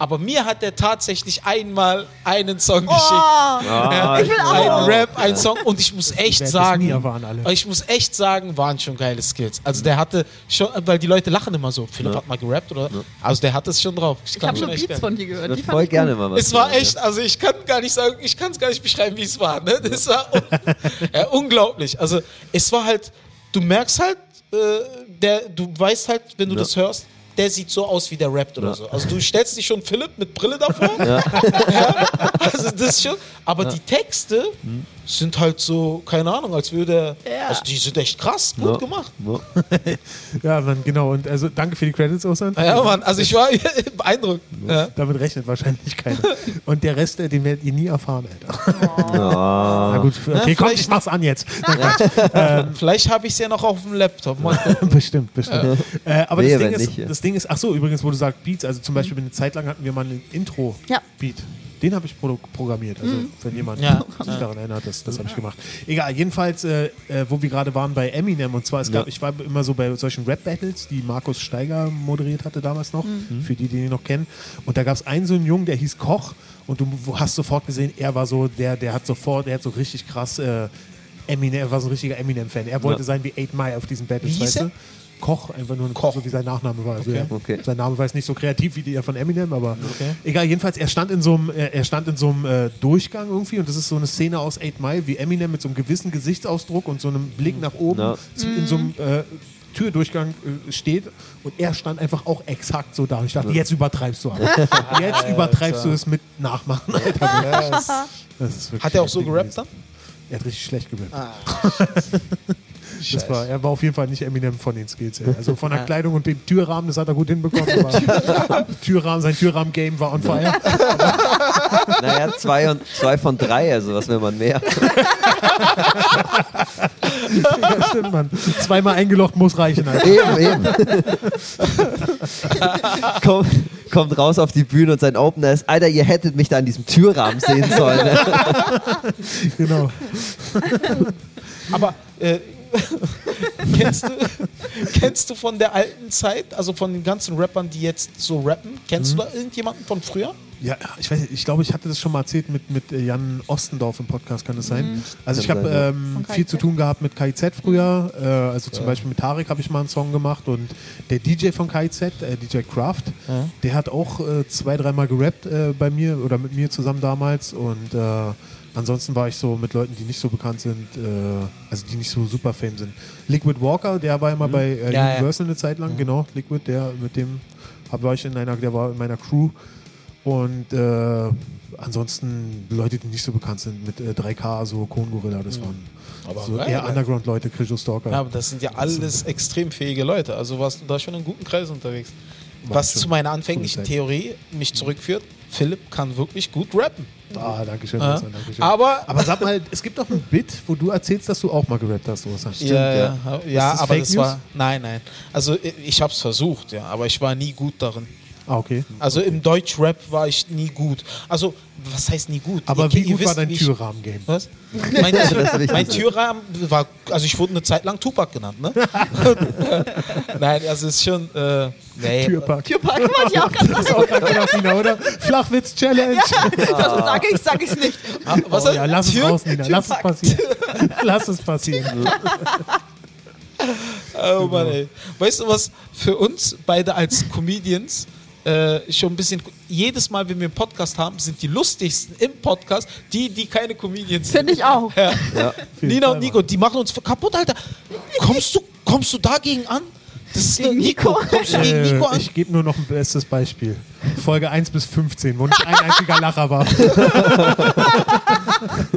S1: Aber mir hat der tatsächlich einmal einen Song geschickt.
S4: Oh,
S3: Ah,
S4: Ich will auch.
S1: Ein Rap, ein Song und ich muss echt
S2: werde es nie
S1: sagen,
S2: erfahren, alle.
S1: ich muss echt sagen, waren schon geile Skills. Also der hatte schon, weil die Leute lachen immer so, Philipp hat mal gerappt oder, also der hat es schon drauf.
S4: ich habe
S1: kann
S4: schon
S1: echt
S4: Beats
S1: gerne.
S4: von dir gehört.
S3: Ich
S4: Die
S3: voll
S4: fand ich
S3: gerne mal was.
S1: Es war
S3: sagen,
S1: echt, also ich kann gar nicht sagen, ich kann es gar nicht beschreiben, wie es war. Ne? Das war un ja, unglaublich. Also es war halt, du merkst halt, äh, der, du weißt halt, wenn du das hörst, der sieht so aus, wie der rappt oder
S3: Ja.
S1: so. Also du stellst dich schon Philipp mit Brille davor. Ja. Also das ist schon, aber die Texte sind halt so, keine Ahnung, als würde,
S4: Ja.
S1: also die sind echt krass, gut
S3: Ja.
S1: gemacht.
S3: Ja.
S2: Ja, Mann, genau. Und also danke für die Credits, Ostern.
S1: Ja, Mann, also ich war beeindruckt. Ja.
S2: Damit rechnet wahrscheinlich keiner. Und der Rest, äh, den werdet ihr nie erfahren, Alter.
S3: Ah. Ja.
S2: Na gut, okay, komm,
S1: vielleicht-
S2: ich mach's an jetzt. Nein,
S1: Vielleicht habe ich es ja noch auf dem Laptop. Mal gucken.
S2: bestimmt, bestimmt. Äh, aber
S3: Nee,
S2: das, Ding
S3: wenn
S2: ist,
S3: nicht, ja.
S2: das Ding ist, ach so, übrigens, wo du sagst Beats, also zum Beispiel eine Zeit lang hatten wir mal ein Intro-Beat.
S4: Ja.
S2: Den habe ich pro programmiert, also wenn jemand
S1: Ja.
S2: sich daran erinnert, das, das habe ich gemacht. Egal, jedenfalls, äh, äh, wo wir gerade waren bei Eminem und zwar, es gab,
S3: Ja.
S2: ich war immer so bei solchen Rap-Battles, die Markus Steiger moderiert hatte damals noch, für die, die ihn noch kennen. Und da gab es einen so einen Jungen, der hieß Koch und du hast sofort gesehen, er war so, der, der hat sofort, der hat so richtig krass äh, Eminem, er war so ein richtiger Eminem-Fan. Er wollte
S3: Ja.
S2: sein wie 8 Mile auf diesen Battles,
S1: Wie hieß
S2: weißt
S1: er?
S2: du? Koch, einfach nur ein Koch, so wie sein Nachname war. Also ja,
S3: Okay.
S2: Sein Name war jetzt nicht so kreativ wie der von Eminem, aber
S1: Okay.
S2: egal. Jedenfalls, er stand in so einem, er, er stand in so einem äh, Durchgang irgendwie und das ist so eine Szene aus 8 Mile, wie Eminem mit so einem gewissen Gesichtsausdruck und so einem Blick nach oben
S3: Ja.
S2: zu, in so einem äh, Türdurchgang äh, steht und er stand einfach auch exakt so da. Und ich dachte, jetzt übertreibst du. Alter. Jetzt übertreibst du es mit Nachmachen. Alter. Das ist wirklich
S1: Hat er auch so
S2: heftig
S1: gerappt dann? Ah.
S2: er hat richtig schlecht gerappt. das war, er war auf jeden Fall nicht Eminem von den Skills her. Also von der Kleidung und dem Türrahmen, das hat er gut hinbekommen. Aber Türrahmen, sein Türrahmen-Game war on fire.
S3: Naja, zwei, und, zwei von drei, also was will man mehr?
S2: ja, stimmt, Mann. Zweimal eingelocht muss reichen. halt. Alter.
S3: Eben, eben. Komm, kommt raus auf die Bühne und sein Opener ist, Alter, ihr hättet mich da an diesem Türrahmen sehen sollen. Ne?
S2: Genau.
S1: Aber äh, kennst, du, kennst du von der alten Zeit, also von den ganzen Rappern, die jetzt so rappen, kennst du da irgendjemanden von früher?
S2: Mhm. Ja, ich weiß nicht, ich glaube, ich hatte das schon mal erzählt mit, mit äh, Jan Ostendorf im Podcast, kann das sein? Also ich
S3: Kann
S2: habe
S3: sein,
S2: ähm,
S4: Von
S2: viel
S4: KIZ.
S2: zu tun gehabt mit KIZ früher, äh, also zum Beispiel mit Tarek habe ich mal einen Song gemacht und der DJ von KIZ, äh, DJ Kraft, der hat auch äh, zwei, dreimal gerappt äh, bei mir oder mit mir zusammen damals und äh, ansonsten war ich so mit Leuten, die nicht so bekannt sind, äh, also die nicht so super fame sind. Liquid Walker, der war immer bei äh,
S1: Ja, ja.
S2: Universal eine Zeit lang, genau, Liquid, der mit dem hab, war ich in einer, der war in meiner Crew. Und äh, ansonsten Leute, die nicht so bekannt sind, mit äh, 3K, so Kohn Gorilla, das waren
S1: Aber
S2: so
S1: geil,
S2: eher
S1: geil.
S2: Underground-Leute, Crystal Stalker.
S1: Ja, aber das sind ja alles extrem fähige Leute. Also warst du da schon in guten Kreisen unterwegs.
S2: War
S1: Was
S2: schon
S1: zu meiner anfänglichen
S2: coole Zeit.
S1: Theorie mich zurückführt, Philipp kann wirklich gut rappen.
S2: Ah, danke schön,
S1: Ja.
S2: Russland, danke schön.
S1: Aber,
S2: aber sag mal, es gibt doch ein Bit, wo du erzählst, dass du auch mal gerappt hast, Russland.
S1: ja, ja, ja,
S2: Ist das
S1: aber
S2: Fake
S1: das war nein, nein. Also i- ich habe es versucht, ja, aber ich war nie gut darin.
S2: Ah, okay.
S1: Also im Deutschrap war ich nie gut. Also was heißt nie gut?
S2: Aber
S1: Ihr-
S2: wie
S1: ihr
S2: gut war
S1: wisst,
S2: dein
S1: wie ich-
S2: Türrahmen-Game?
S1: Was? Mein, Tür,
S3: Wichtigste.
S1: mein Türrahmen war, also ich wurde eine Zeit lang Tupac genannt, ne? Nein, also es ist schon, äh, nee,
S2: Türpack.
S4: Kühlpark wollte ich auch gerade
S2: Ist auch kein Flachwitz, oder? Flachwitz-Challenge.
S4: sagen. sage ich, sage ich nicht.
S1: Ah, was
S2: Oh, ja, lass es
S1: Tür-
S2: raus, Nina. Lass es
S1: Türpack.
S2: passieren. Lass es passieren.
S1: Oh Mann, ey. Weißt du was, für uns beide als Comedians äh, schon ein bisschen, jedes Mal, wenn wir einen Podcast haben, sind die lustigsten im Podcast die, die keine Comedians sind.
S4: Finde ich auch.
S1: Ja.
S2: jeden
S1: Nina
S2: Fall,
S1: und Nico, die machen uns kaputt, Alter. Kommst du, kommst du dagegen an? Das ist gegen Nico. Kommst du gegen
S2: Äh,
S1: Nico an?
S2: ich gebe nur noch ein bestes Beispiel. Folge 1 bis 15, wo nicht ein einziger Lacher war.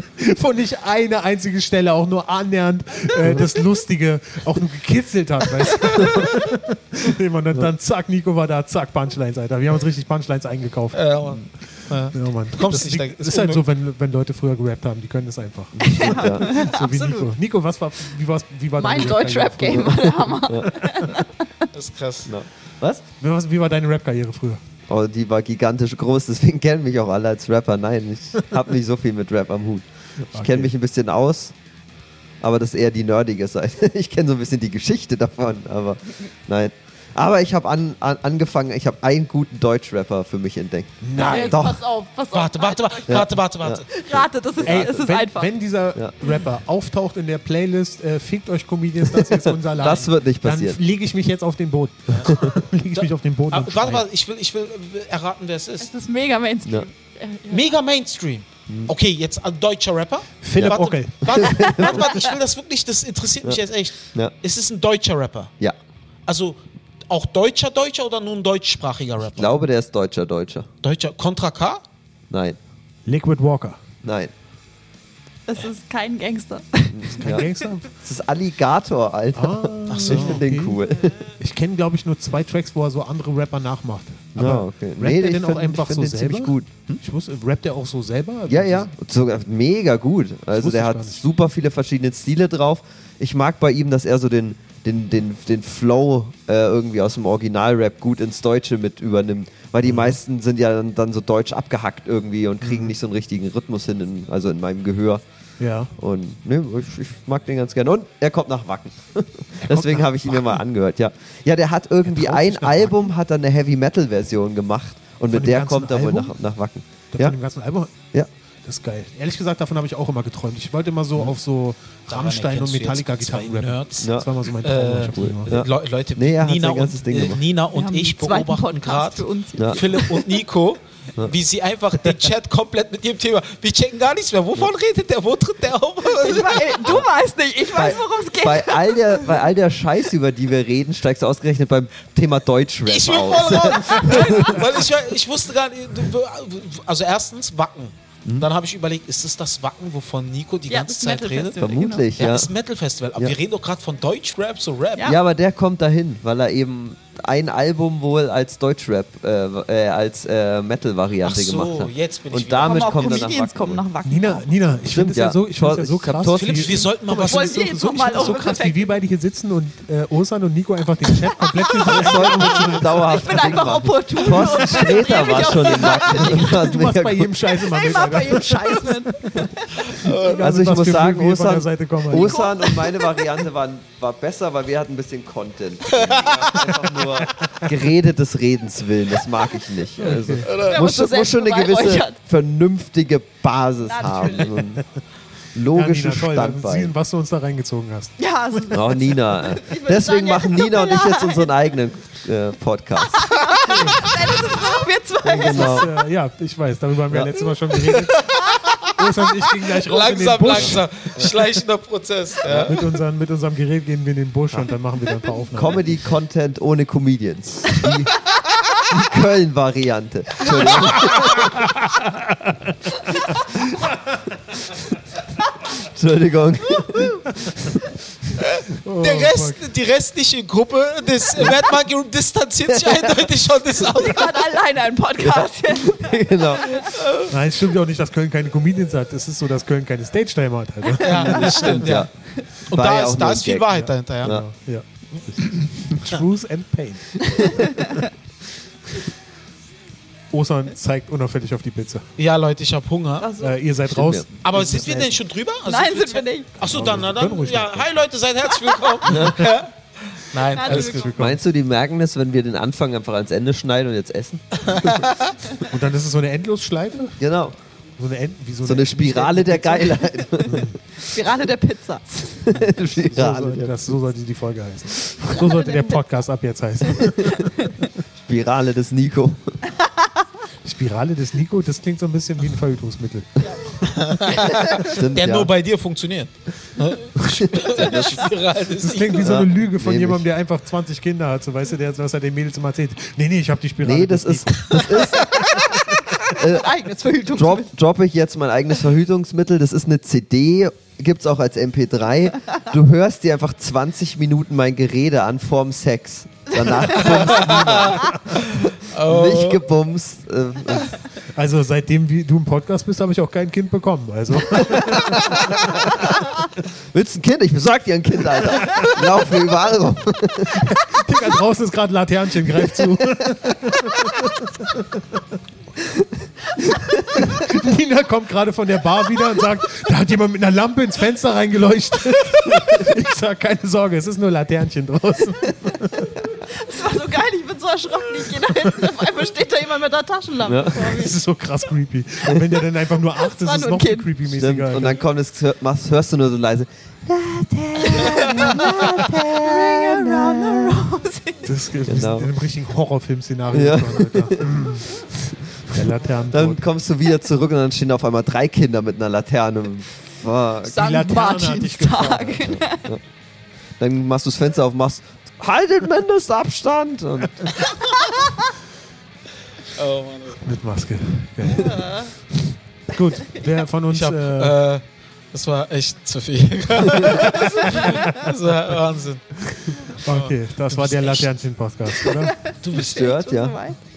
S2: wo nicht eine einzige Stelle auch nur annähernd äh, das Lustige auch nur gekitzelt hat, weißt du? nee, Mann, dann, dann zack, Nico war da, zack, Punchlines, Alter. Wir haben uns richtig Punchlines eingekauft.
S1: Äh, Mann.
S2: Ja, Mann.
S1: kommst
S2: das
S1: nicht
S2: liegt-
S1: da- ist
S2: ist halt so, wenn, wenn Leute früher gerappt haben, die können das einfach. so wie Nico. Nico, was war, wie, war's, wie war
S4: Mein
S2: deine Rap-Karriere
S4: Deutschrap-Game war der Hammer.
S1: Das ist krass.
S3: Was?
S2: früher? Was- Wie war deine Rap-Karriere früher?
S3: Oh, die war gigantisch groß, deswegen kennen mich auch alle als Rapper. Nein, ich habe nicht so viel mit Rap am Hut. Ich
S2: Okay.
S3: kenne mich ein bisschen aus, aber das ist eher die nerdige Seite. Ich kenne so ein bisschen die Geschichte davon, aber nein. Aber ich habe an, an, angefangen, ich habe einen guten Deutschrapper für mich entdeckt.
S4: Ey,
S3: Doch.
S4: Pass auf, pass auf.
S1: Warte, warte, warte, warte, warte, warte.
S4: Rate, das ist,
S2: Ey,
S4: es ist
S2: wenn,
S4: einfach.
S2: wenn dieser
S3: Ja.
S2: Rapper auftaucht in der Playlist, äh, fickt euch Comedians, das ist unser Laden.
S3: Das wird nicht passieren.
S2: Dann lege ich mich jetzt auf den Boden. lege ich mich auf den Boden.
S1: Aber,
S2: und
S1: Ah, warte,
S2: schreie.
S1: warte, ich will, ich will äh, erraten, wer es ist.
S4: das ist mega Mainstream.
S3: Ja.
S1: Mega Mainstream. Okay, jetzt ein deutscher Rapper.
S2: Mhm. Philipp
S1: warte,
S2: Ockel.
S1: Warte, warte, warte, ich will das wirklich, das interessiert mich jetzt echt.
S3: Ja.
S1: Es ist ein deutscher Rapper.
S3: ne? Ja,
S1: Also auch deutscher Deutscher oder nur ein deutschsprachiger Rapper?
S3: ich glaube, der ist Deutscher, Deutscher.
S1: Deutscher. Contra K?
S3: Nein,
S2: Liquid Walker.
S3: nein.
S4: Es ist kein Gangster.
S2: Kein
S3: Ja.
S2: Gangster.
S3: Das ist Alligator, Alter.
S2: Ach
S1: so,
S3: ich finde den cool.
S2: Ich kenne, glaube ich, nur zwei Tracks, wo er so andere Rapper nachmacht. Aber
S3: Ja, Ah, okay.
S2: rappt
S3: Nee,
S2: er
S3: ich
S2: denn auch
S3: find- ich
S2: einfach
S3: find
S2: so
S3: den
S2: selber? Hm?
S3: ziemlich gut.
S2: Ich wusste, rappt er auch so selber?
S3: Ja, ja, und sogar mega gut. Also
S2: wusste
S3: der
S2: ich
S3: hat
S2: gar nicht.
S3: super viele verschiedene Stile drauf. Ich mag bei ihm, dass er so den, den, den, den Flow äh, irgendwie aus dem Original-Rap gut ins Deutsche mit übernimmt. Weil
S2: Mhm.
S3: die meisten sind ja dann, dann so deutsch abgehackt irgendwie und kriegen nicht so einen richtigen Rhythmus hin, in, also in meinem Gehör.
S2: Ja.
S3: Und ne, ich, ich mag den ganz gerne. Und er kommt nach Wacken. Deswegen
S2: nach
S3: habe ich ihn mir mal angehört, ja. Ja, der hat irgendwie
S2: traut
S3: ein
S2: sich nach
S3: Album, hat dann eine Heavy-Metal-Version gemacht. Und
S2: dem
S3: mit der
S2: ganzen
S3: kommt er wohl
S2: Album?
S3: nach, nach Wacken.
S2: Von
S3: Ja,
S2: dem ganzen Album.
S3: ja.
S2: Das ist geil. Ehrlich gesagt, davon habe ich auch immer geträumt. Ich wollte immer so auf so Rammstein und Metallica-Gitarren rappen.
S1: Ja.
S3: Ja.
S2: Das war mal so mein Traum.
S1: Äh,
S2: ich hab's immer gemacht.
S1: Le Leute,
S3: Nee, er hat
S1: Nina
S3: sein ganzes
S1: und,
S3: Ding
S1: äh,
S3: gemacht.
S1: Nina
S4: Wir
S1: und
S4: haben
S1: ich
S4: einen zweiten
S1: beobachten
S4: Podcast
S1: gerade
S4: für uns.
S3: Ja.
S1: Philipp und Nico, wie sie einfach den Chat komplett mit ihrem Thema. Wir checken gar nichts mehr. Wovon redet der? Wo tritt der auf?
S4: Ich weiß, du weißt nicht, ich weiß,
S3: Bei-
S4: worum es geht.
S3: Bei all, der, bei all der Scheiße, über die wir reden, steigst du ausgerechnet beim Thema Deutschrap
S1: Ich bin voll
S3: aus.
S1: raus. Nein, Weil ich, ich wusste gar nicht. Also, erstens, Wacken.
S3: Hm?
S1: Dann habe ich überlegt, ist es das Wacken, wovon Nico die ganze Zeit redet?
S4: Metal-Festival,
S3: Vermutlich,
S1: Ja,
S3: ja.
S1: ist Metal Festival. Aber
S3: Ja.
S1: wir reden doch gerade von Deutschrap, so Rap.
S4: Ja.
S3: Ja, aber der kommt dahin, weil er eben ein Album wohl als Deutschrap, äh, äh, als äh, Metal-Variante
S1: Ach so,
S3: gemacht hat.
S1: jetzt bin ich
S3: Und
S1: wieder-
S4: Genau.
S3: damit
S4: Aber auch
S3: kommt er nach
S4: Comedians
S3: Wacken.
S4: kommen
S3: wohl.
S4: nach Wacken.
S2: Nina, Nina, ich finde
S3: Stimmt,
S2: es ja.
S3: ja.
S2: so, ich find's ja so
S3: Ich hab
S2: krass.
S3: Thorsten-
S1: Philipp, wir sollten mal was.
S2: Ich
S4: Wollen
S2: finde
S4: wir
S2: es
S4: jetzt
S2: so, so, ich
S4: nochmal
S2: find's so
S4: auf
S2: krass, wie
S4: Perfekt?
S2: wir beide hier sitzen und äh, Osan und Nico einfach den Chat komplett
S3: Wir sollten uns so dauerhaft
S4: Ich bin einfach
S3: machen.
S4: opportun.
S3: Thorsten Sträter
S4: Dreh
S3: war
S4: mich auf
S3: schon
S4: die
S3: im Wacken.
S2: Du machst bei jedem Scheiß immer
S4: Ich
S2: mit.
S4: mach
S2: Alter.
S4: bei jedem Scheiß mit.
S2: Egal,
S3: Also
S2: mit
S3: ich
S2: was
S3: muss
S2: für
S3: sagen,
S2: Blöcken wir von der
S3: Osan-
S2: Seite kommen, Alter.
S3: Osan und meine Variante waren, war besser, weil wir hatten ein bisschen Content. Wir haben einfach nur geredet des Redens willen, das mag ich nicht. Also, muss,
S4: so
S3: schon- muss schon eine gewisse
S4: selbstbeweihräuchert.
S3: vernünftige Basis
S4: Natürlich.
S3: haben. So einen
S2: Ja,
S3: logischen
S2: Nina, toll, dann
S3: Standbein.
S2: sehen, was du uns da reingezogen hast.
S4: Ja, es ist-
S3: Oh, Nina.
S4: würd sagen,
S3: Deswegen
S4: ja,
S3: machen
S4: tut mir
S3: Nina und ich jetzt unseren eigenen äh, Podcast.
S4: wir zwei.
S3: Genau.
S2: Das, äh, ja, ich weiß, darüber haben wir
S3: Ja.
S2: letztes Mal schon geredet. Osan und ich gingen gleich raus in den
S1: Langsam,
S2: Busch.
S1: langsam. Schleichender Prozess. Ja.
S2: Mit, unseren, mit unserem Gerät gehen wir in den Busch und dann machen wir da ein paar Aufnahmen.
S3: Comedy-Content ohne Comedians. Die, die Köln-Variante. Entschuldigung. Entschuldigung.
S2: Oh,
S1: Der Rest, die restliche Gruppe des Mad Monkey Room distanziert sich eindeutig von des
S4: Wir machen alleine einen Podcast.
S3: genau.
S2: Nein, es stimmt ja auch nicht, dass Köln keine Comedians hat. Es ist so, dass Köln keine Stage-Time hat. Alter.
S1: Ja, das stimmt, ja. Und
S3: War
S1: da,
S3: ja
S1: ist,
S3: auch nur
S1: da
S3: ein
S1: ist viel
S3: Gag,
S1: Wahrheit dahinter, ja.
S3: Ja.
S2: Ja. Truth and Pain. Osan zeigt unauffällig auf die Pizza.
S1: Ja, Leute, ich habe Hunger.
S4: Also,
S2: Äh, ihr seid
S3: Stimmt,
S2: raus.
S3: ja.
S1: Aber sind wir denn schon drüber? Also
S4: nein, sind wir nicht.
S1: Achso, dann, na
S2: Können
S1: dann.
S2: ruhig
S1: Ja, hi Leute, seid herzlich willkommen. Ja. Nein,
S4: Alles
S1: alles gut.
S3: Meinst du, die merken das, wenn wir den Anfang einfach ans Ende schneiden und jetzt essen?
S2: Und dann ist es so eine Endlosschleife?
S3: Genau.
S2: So eine, End wie so
S3: So eine Spirale der Geilheit.
S4: Gerade der Pizza.
S2: So,
S3: Spirale,
S2: sollte das, so sollte die Folge heißen. So sollte der Podcast ab jetzt heißen.
S3: Spirale des Nico.
S2: Spirale des Nico, das klingt so ein bisschen wie ein Verhütungsmittel.
S3: Stimmt,
S1: Der
S3: ja.
S1: nur bei dir funktioniert. Ne?
S3: das,
S2: Das klingt wie so eine
S3: Ja,
S2: Lüge von
S3: nehm
S2: jemandem,
S3: ich.
S2: der einfach 20 Kinder hat. So, weißt du, der, was er den Mädels immer erzählt. Nee, nee, ich habe die Spirale.
S3: nee, das
S2: des
S3: ist, das ist
S4: Eigenes Verhütung.
S3: drop, droppe ich jetzt mein eigenes Verhütungsmittel. Das ist eine CD, gibt's auch als MP3. Du hörst dir einfach 20 Minuten mein Gerede an vorm Sex. Danach
S1: Oh.
S3: nicht gebumst. Äh,
S2: Nico. Also seitdem wie du im Podcast bist, habe ich auch kein Kind bekommen. Also
S3: willst du ein Kind? Ich besorg dir ein Kind, Alter. Lauf mir überall rum.
S2: Digga, draußen ist gerade Laternchen, greif zu. Nina kommt gerade von der Bar wieder und sagt, da hat jemand mit einer Lampe ins Fenster reingeleuchtet. Ich sag, keine Sorge, es ist nur Laternchen draußen.
S4: Das war so geil, Also ich bin so erschrocken. Ich gehe da hinten. Auf einmal steht da jemand mit einer Taschenlampe
S3: Ja.
S4: vor mir.
S2: Das ist so krass creepy. Und wenn der dann einfach nur acht ist,
S4: war
S2: ist es
S4: nur ein
S2: noch viel
S4: Kind.
S3: Stimmt.
S2: creepy-mäßiger.
S3: Und dann kommt es, hör- machst, hörst du nur so leise.
S2: Das ist
S3: Genau.
S2: in einem richtigen Horrorfilm-Szenario.
S3: Ja.
S2: schon, Alter. Mm. Der Laternentod.
S3: Dann kommst du wieder zurück und dann stehen auf einmal drei Kinder mit einer Laterne. Fuck.
S2: Laterne
S4: St.
S2: hat dich
S4: Martinstag.
S3: Dann machst du das Fenster auf, machst haltet Mindestabstand. Und
S1: Oh, Mann.
S2: Mit Maske. Geil. Gut, wer von uns...
S1: Ich hab,
S2: äh,
S1: äh, das war echt zu viel. das war Wahnsinn.
S2: Okay, das war der
S1: bist echt-
S2: Laternchen-Podcast, oder?
S1: Du bist
S3: stört, ja.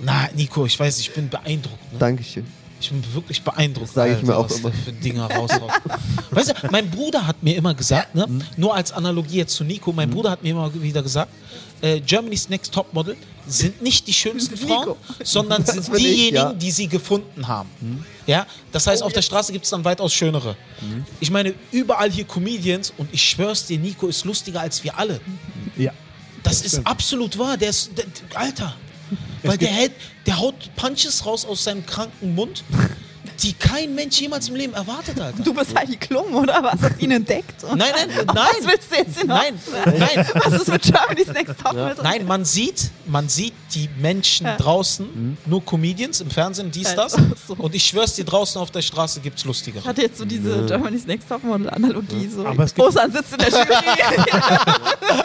S1: Na, Nico, ich weiß, ich bin beeindruckt. Ne?
S3: Dankeschön.
S1: Ich bin wirklich beeindruckt.
S3: Das sag ich
S1: Alter,
S3: mir auch
S1: was
S3: immer.
S1: da für Dinge raushaut. weißt du, mein Bruder hat mir immer gesagt,
S3: Hm?
S1: ne, nur als Analogie jetzt zu Nico, mein Bruder hat mir immer wieder gesagt, äh, Germany's Next Topmodel sind nicht die schönsten Frauen, sondern sind
S3: bin ich,
S1: diejenigen,
S3: ja. Hm? Oh.
S1: die sie gefunden haben. Ja, das heißt, auf der Straße gibt es dann weitaus schönere. Ich meine, überall hier Comedians und ich schwör's dir, Nico ist lustiger als wir alle.
S2: ja.
S1: Das ist absolut wahr. Der ist, der, der- Alter. Weil der, hält, der haut Punches raus aus seinem kranken Mund, die kein Mensch jemals im Leben erwartet, Alter.
S4: Du bist halt die Klum, oder was? Hast ihn entdeckt? Oh,
S1: Nein, nein,
S4: Was
S1: nein.
S4: willst du jetzt hinaus?
S1: Nein, nein.
S4: Was ist mit Germany's Next Top? mit?
S1: Nein, man sieht, man sieht die Menschen
S4: Ja.
S1: draußen,
S2: Mhm.
S1: nur Comedians im Fernsehen, dies,
S4: Ja,
S1: das.
S4: ach so.
S1: Und ich schwör's dir, draußen auf der Straße gibt's lustigere.
S4: Ich hatte jetzt so diese Germany's Next Topmodel-Analogie. So.
S2: Aber es gibt-
S4: Osan sitzt in der Jury.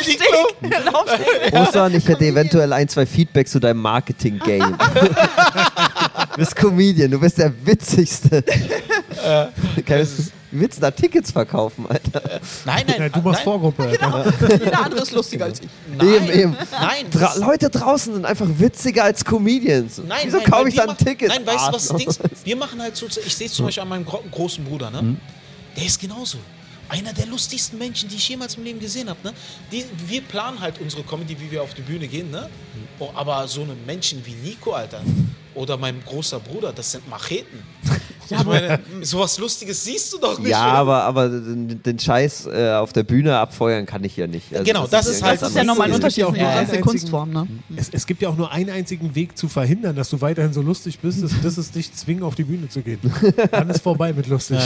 S4: ich
S1: die Klum.
S4: Laufsteg. Laufsteg.
S3: Osan, ich hätte eventuell ein, zwei Feedback zu deinem Marketing-Game. du bist Comedian, du bist der Witzigste.
S1: Äh,
S3: Kannst du Witz da Tickets verkaufen, Alter.
S1: Nein, nein,
S2: Ja, Äh, du machst
S1: nein,
S2: Vorgruppe. Alter.
S4: Jeder andere ist lustiger als ich.
S1: nein,
S3: Eben, eben.
S1: Nein,
S3: Dra Leute draußen sind einfach witziger als Comedians.
S1: Nein,
S3: Wieso
S1: nein, weil
S3: kaufe ich
S1: wir
S3: dann ein
S1: machen-
S3: Ticket?
S1: Nein, weißt du, was das
S3: Ah,
S1: Ding ist? Wir machen halt so, ich sehe es zum Beispiel an meinem gro großen Bruder, ne? Der ist genauso. Einer der lustigsten Menschen, die ich jemals im Leben gesehen habe. Ne? Die, wir planen halt unsere Comedy, wie wir auf die Bühne gehen. Ne? Oh, aber so eine Menschen wie Nico, Alter, oder mein großer Bruder, das sind Macheten. ich meine, sowas Lustiges siehst du doch nicht.
S3: Ja,
S1: oder?
S3: aber, aber den, den Scheiß äh, auf der Bühne abfeuern kann ich ja nicht. Also
S1: Genau, das ist
S3: ja
S1: halt- Das
S3: ganz
S4: Das ist ja
S3: anderes.
S4: nochmal ein
S2: Es gibt
S4: Unterschied.
S2: ja auch
S4: Das ist
S2: nur einen
S4: eine ganze
S2: einzigen-
S4: Kunstform, ne?
S2: Es, es gibt ja auch nur einen einzigen Weg zu verhindern, dass du weiterhin so lustig bist, das, das ist dich zwingen, auf die Bühne zu gehen. Dann ist vorbei mit lustig.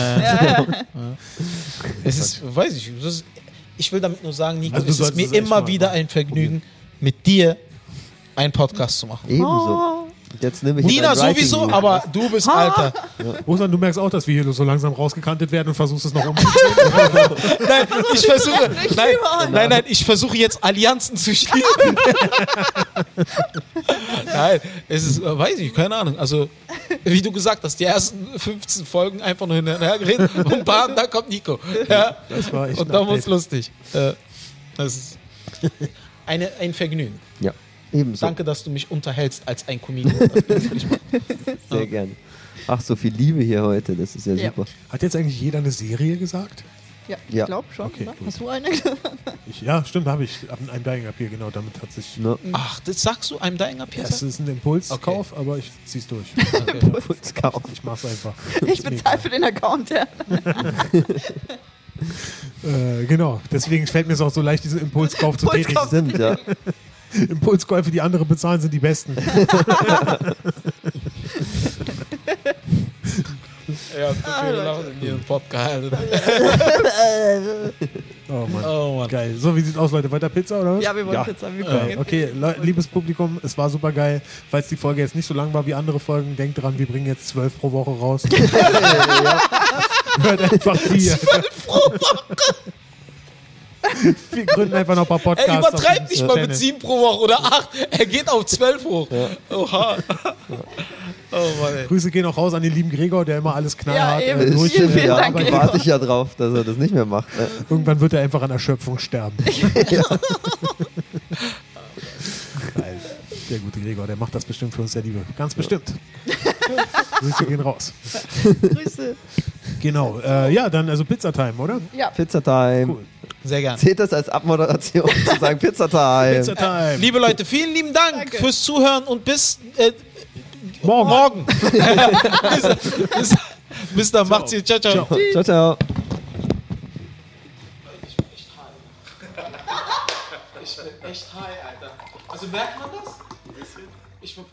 S1: Es ist, weiß ich, das ist, ich will damit nur sagen, Nico,
S2: Also du
S1: es ist
S2: solltest
S1: mir
S2: es echt
S1: immer
S2: mal
S1: wieder
S2: machen.
S1: ein Vergnügen, mit dir einen Podcast zu machen.
S3: Ebenso.
S4: Oh,
S3: Jetzt nehme ich
S1: Nina
S3: dein Writing
S1: sowieso,
S3: Unit.
S1: aber du bist alter.
S2: Ostern, du merkst auch, dass wir hier so langsam rausgekantet werden und versuchst es noch um.
S1: Nein, ich versuche.
S4: retten, ich
S1: Nein,
S4: liebe euch.
S1: nein, nein, ich versuche jetzt Allianzen zu schließen. nein, es ist, äh, weiß ich, keine Ahnung. Also, wie du gesagt hast, die ersten 15 Folgen einfach nur hin und her geredet und bam, da kommt Nico. Ja,
S2: Das war echt
S1: und
S2: ein
S1: dann wird's
S2: Update.
S1: lustig. Äh, das ist eine, ein Vergnügen.
S3: Ja, ebenso.
S1: Danke, dass du mich unterhältst als ein Comedian.
S3: Sehr gerne. Ach, so viel Liebe hier heute, das ist ja,
S4: Ja.
S3: super.
S2: Hat jetzt eigentlich jeder eine Serie gesagt?
S4: Ja,
S3: Ja.
S4: ich glaube schon.
S2: Okay,
S4: oder?
S2: gut.
S4: Hast du eine?
S2: Ich, ja, stimmt, habe ich. Ab einem Dying Up hier, genau, damit hat sich.
S3: Ne?
S1: Ach, das sagst du einem Dying Up
S2: Es
S1: jetzt?
S2: ist ein Impulskauf, aber ich zieh's durch.
S3: Putzkauf.
S2: Ich mach's einfach.
S4: Ich
S2: Ist mir egal.
S4: bezahle für den Account, ja.
S2: Äh, genau, deswegen fällt mir es auch so leicht, diesen Impulskauf zu tätigen.
S4: Impulskauf.
S3: Stimmt, ja.
S2: Impulskäufe, die andere bezahlen, sind die besten.
S1: Ja, dafür in diesem Podcast.
S2: Oh Mann.
S1: Oh Mann.
S2: Geil. So, wie sieht's aus, Leute? Weiter Pizza oder was?
S4: Ja, wir wollen Pizza. Wir gucken
S2: Geil.
S4: jetzt
S2: Okay, Le liebes Publikum, es war super geil. Falls die Folge jetzt nicht so lang war wie andere Folgen, denkt dran, wir bringen jetzt zwölf pro Woche raus. Hört einfach die. wir gründen einfach noch ein paar Podcasts.
S1: Er
S2: auf
S1: übertreibt nicht
S2: diesem
S1: mal mit
S2: Channel.
S1: 7 pro Woche oder 8. Er geht auf 12 hoch. Oha. Oh Mann, ey.
S2: Grüße gehen auch raus an den lieben Gregor, der immer alles knallhart
S4: Ja,
S2: äh,
S4: eben.
S2: durch-
S4: Vielen,
S3: Stimmt,
S4: vielen
S3: ja.
S4: Dank,
S2: aber
S4: Gregor.
S3: warte ich ja drauf, dass er das nicht mehr macht. Ne?
S2: Irgendwann wird er einfach an Erschöpfung sterben. Geil. Der gute Gregor, der macht das bestimmt für uns, der Liebe. Ganz bestimmt. Grüße gehen raus.
S4: Grüße.
S2: Genau. Äh, ja, dann also Pizza-Time, oder?
S4: Ja,
S3: Pizza Time.
S2: Cool.
S1: Sehr gerne.
S3: Seht das als Abmoderation zu sagen Pizza Time.
S2: Pizza-Time.
S1: Liebe Leute, vielen lieben Dank
S4: Danke.
S1: fürs Zuhören und bis äh,
S2: Morgen.
S1: morgen. bis, bis, bis dann, macht's gut. Ciao, ciao.
S3: Ciao, ciao.
S1: Ich bin echt high, Alter. Also merkt man das? Ich bin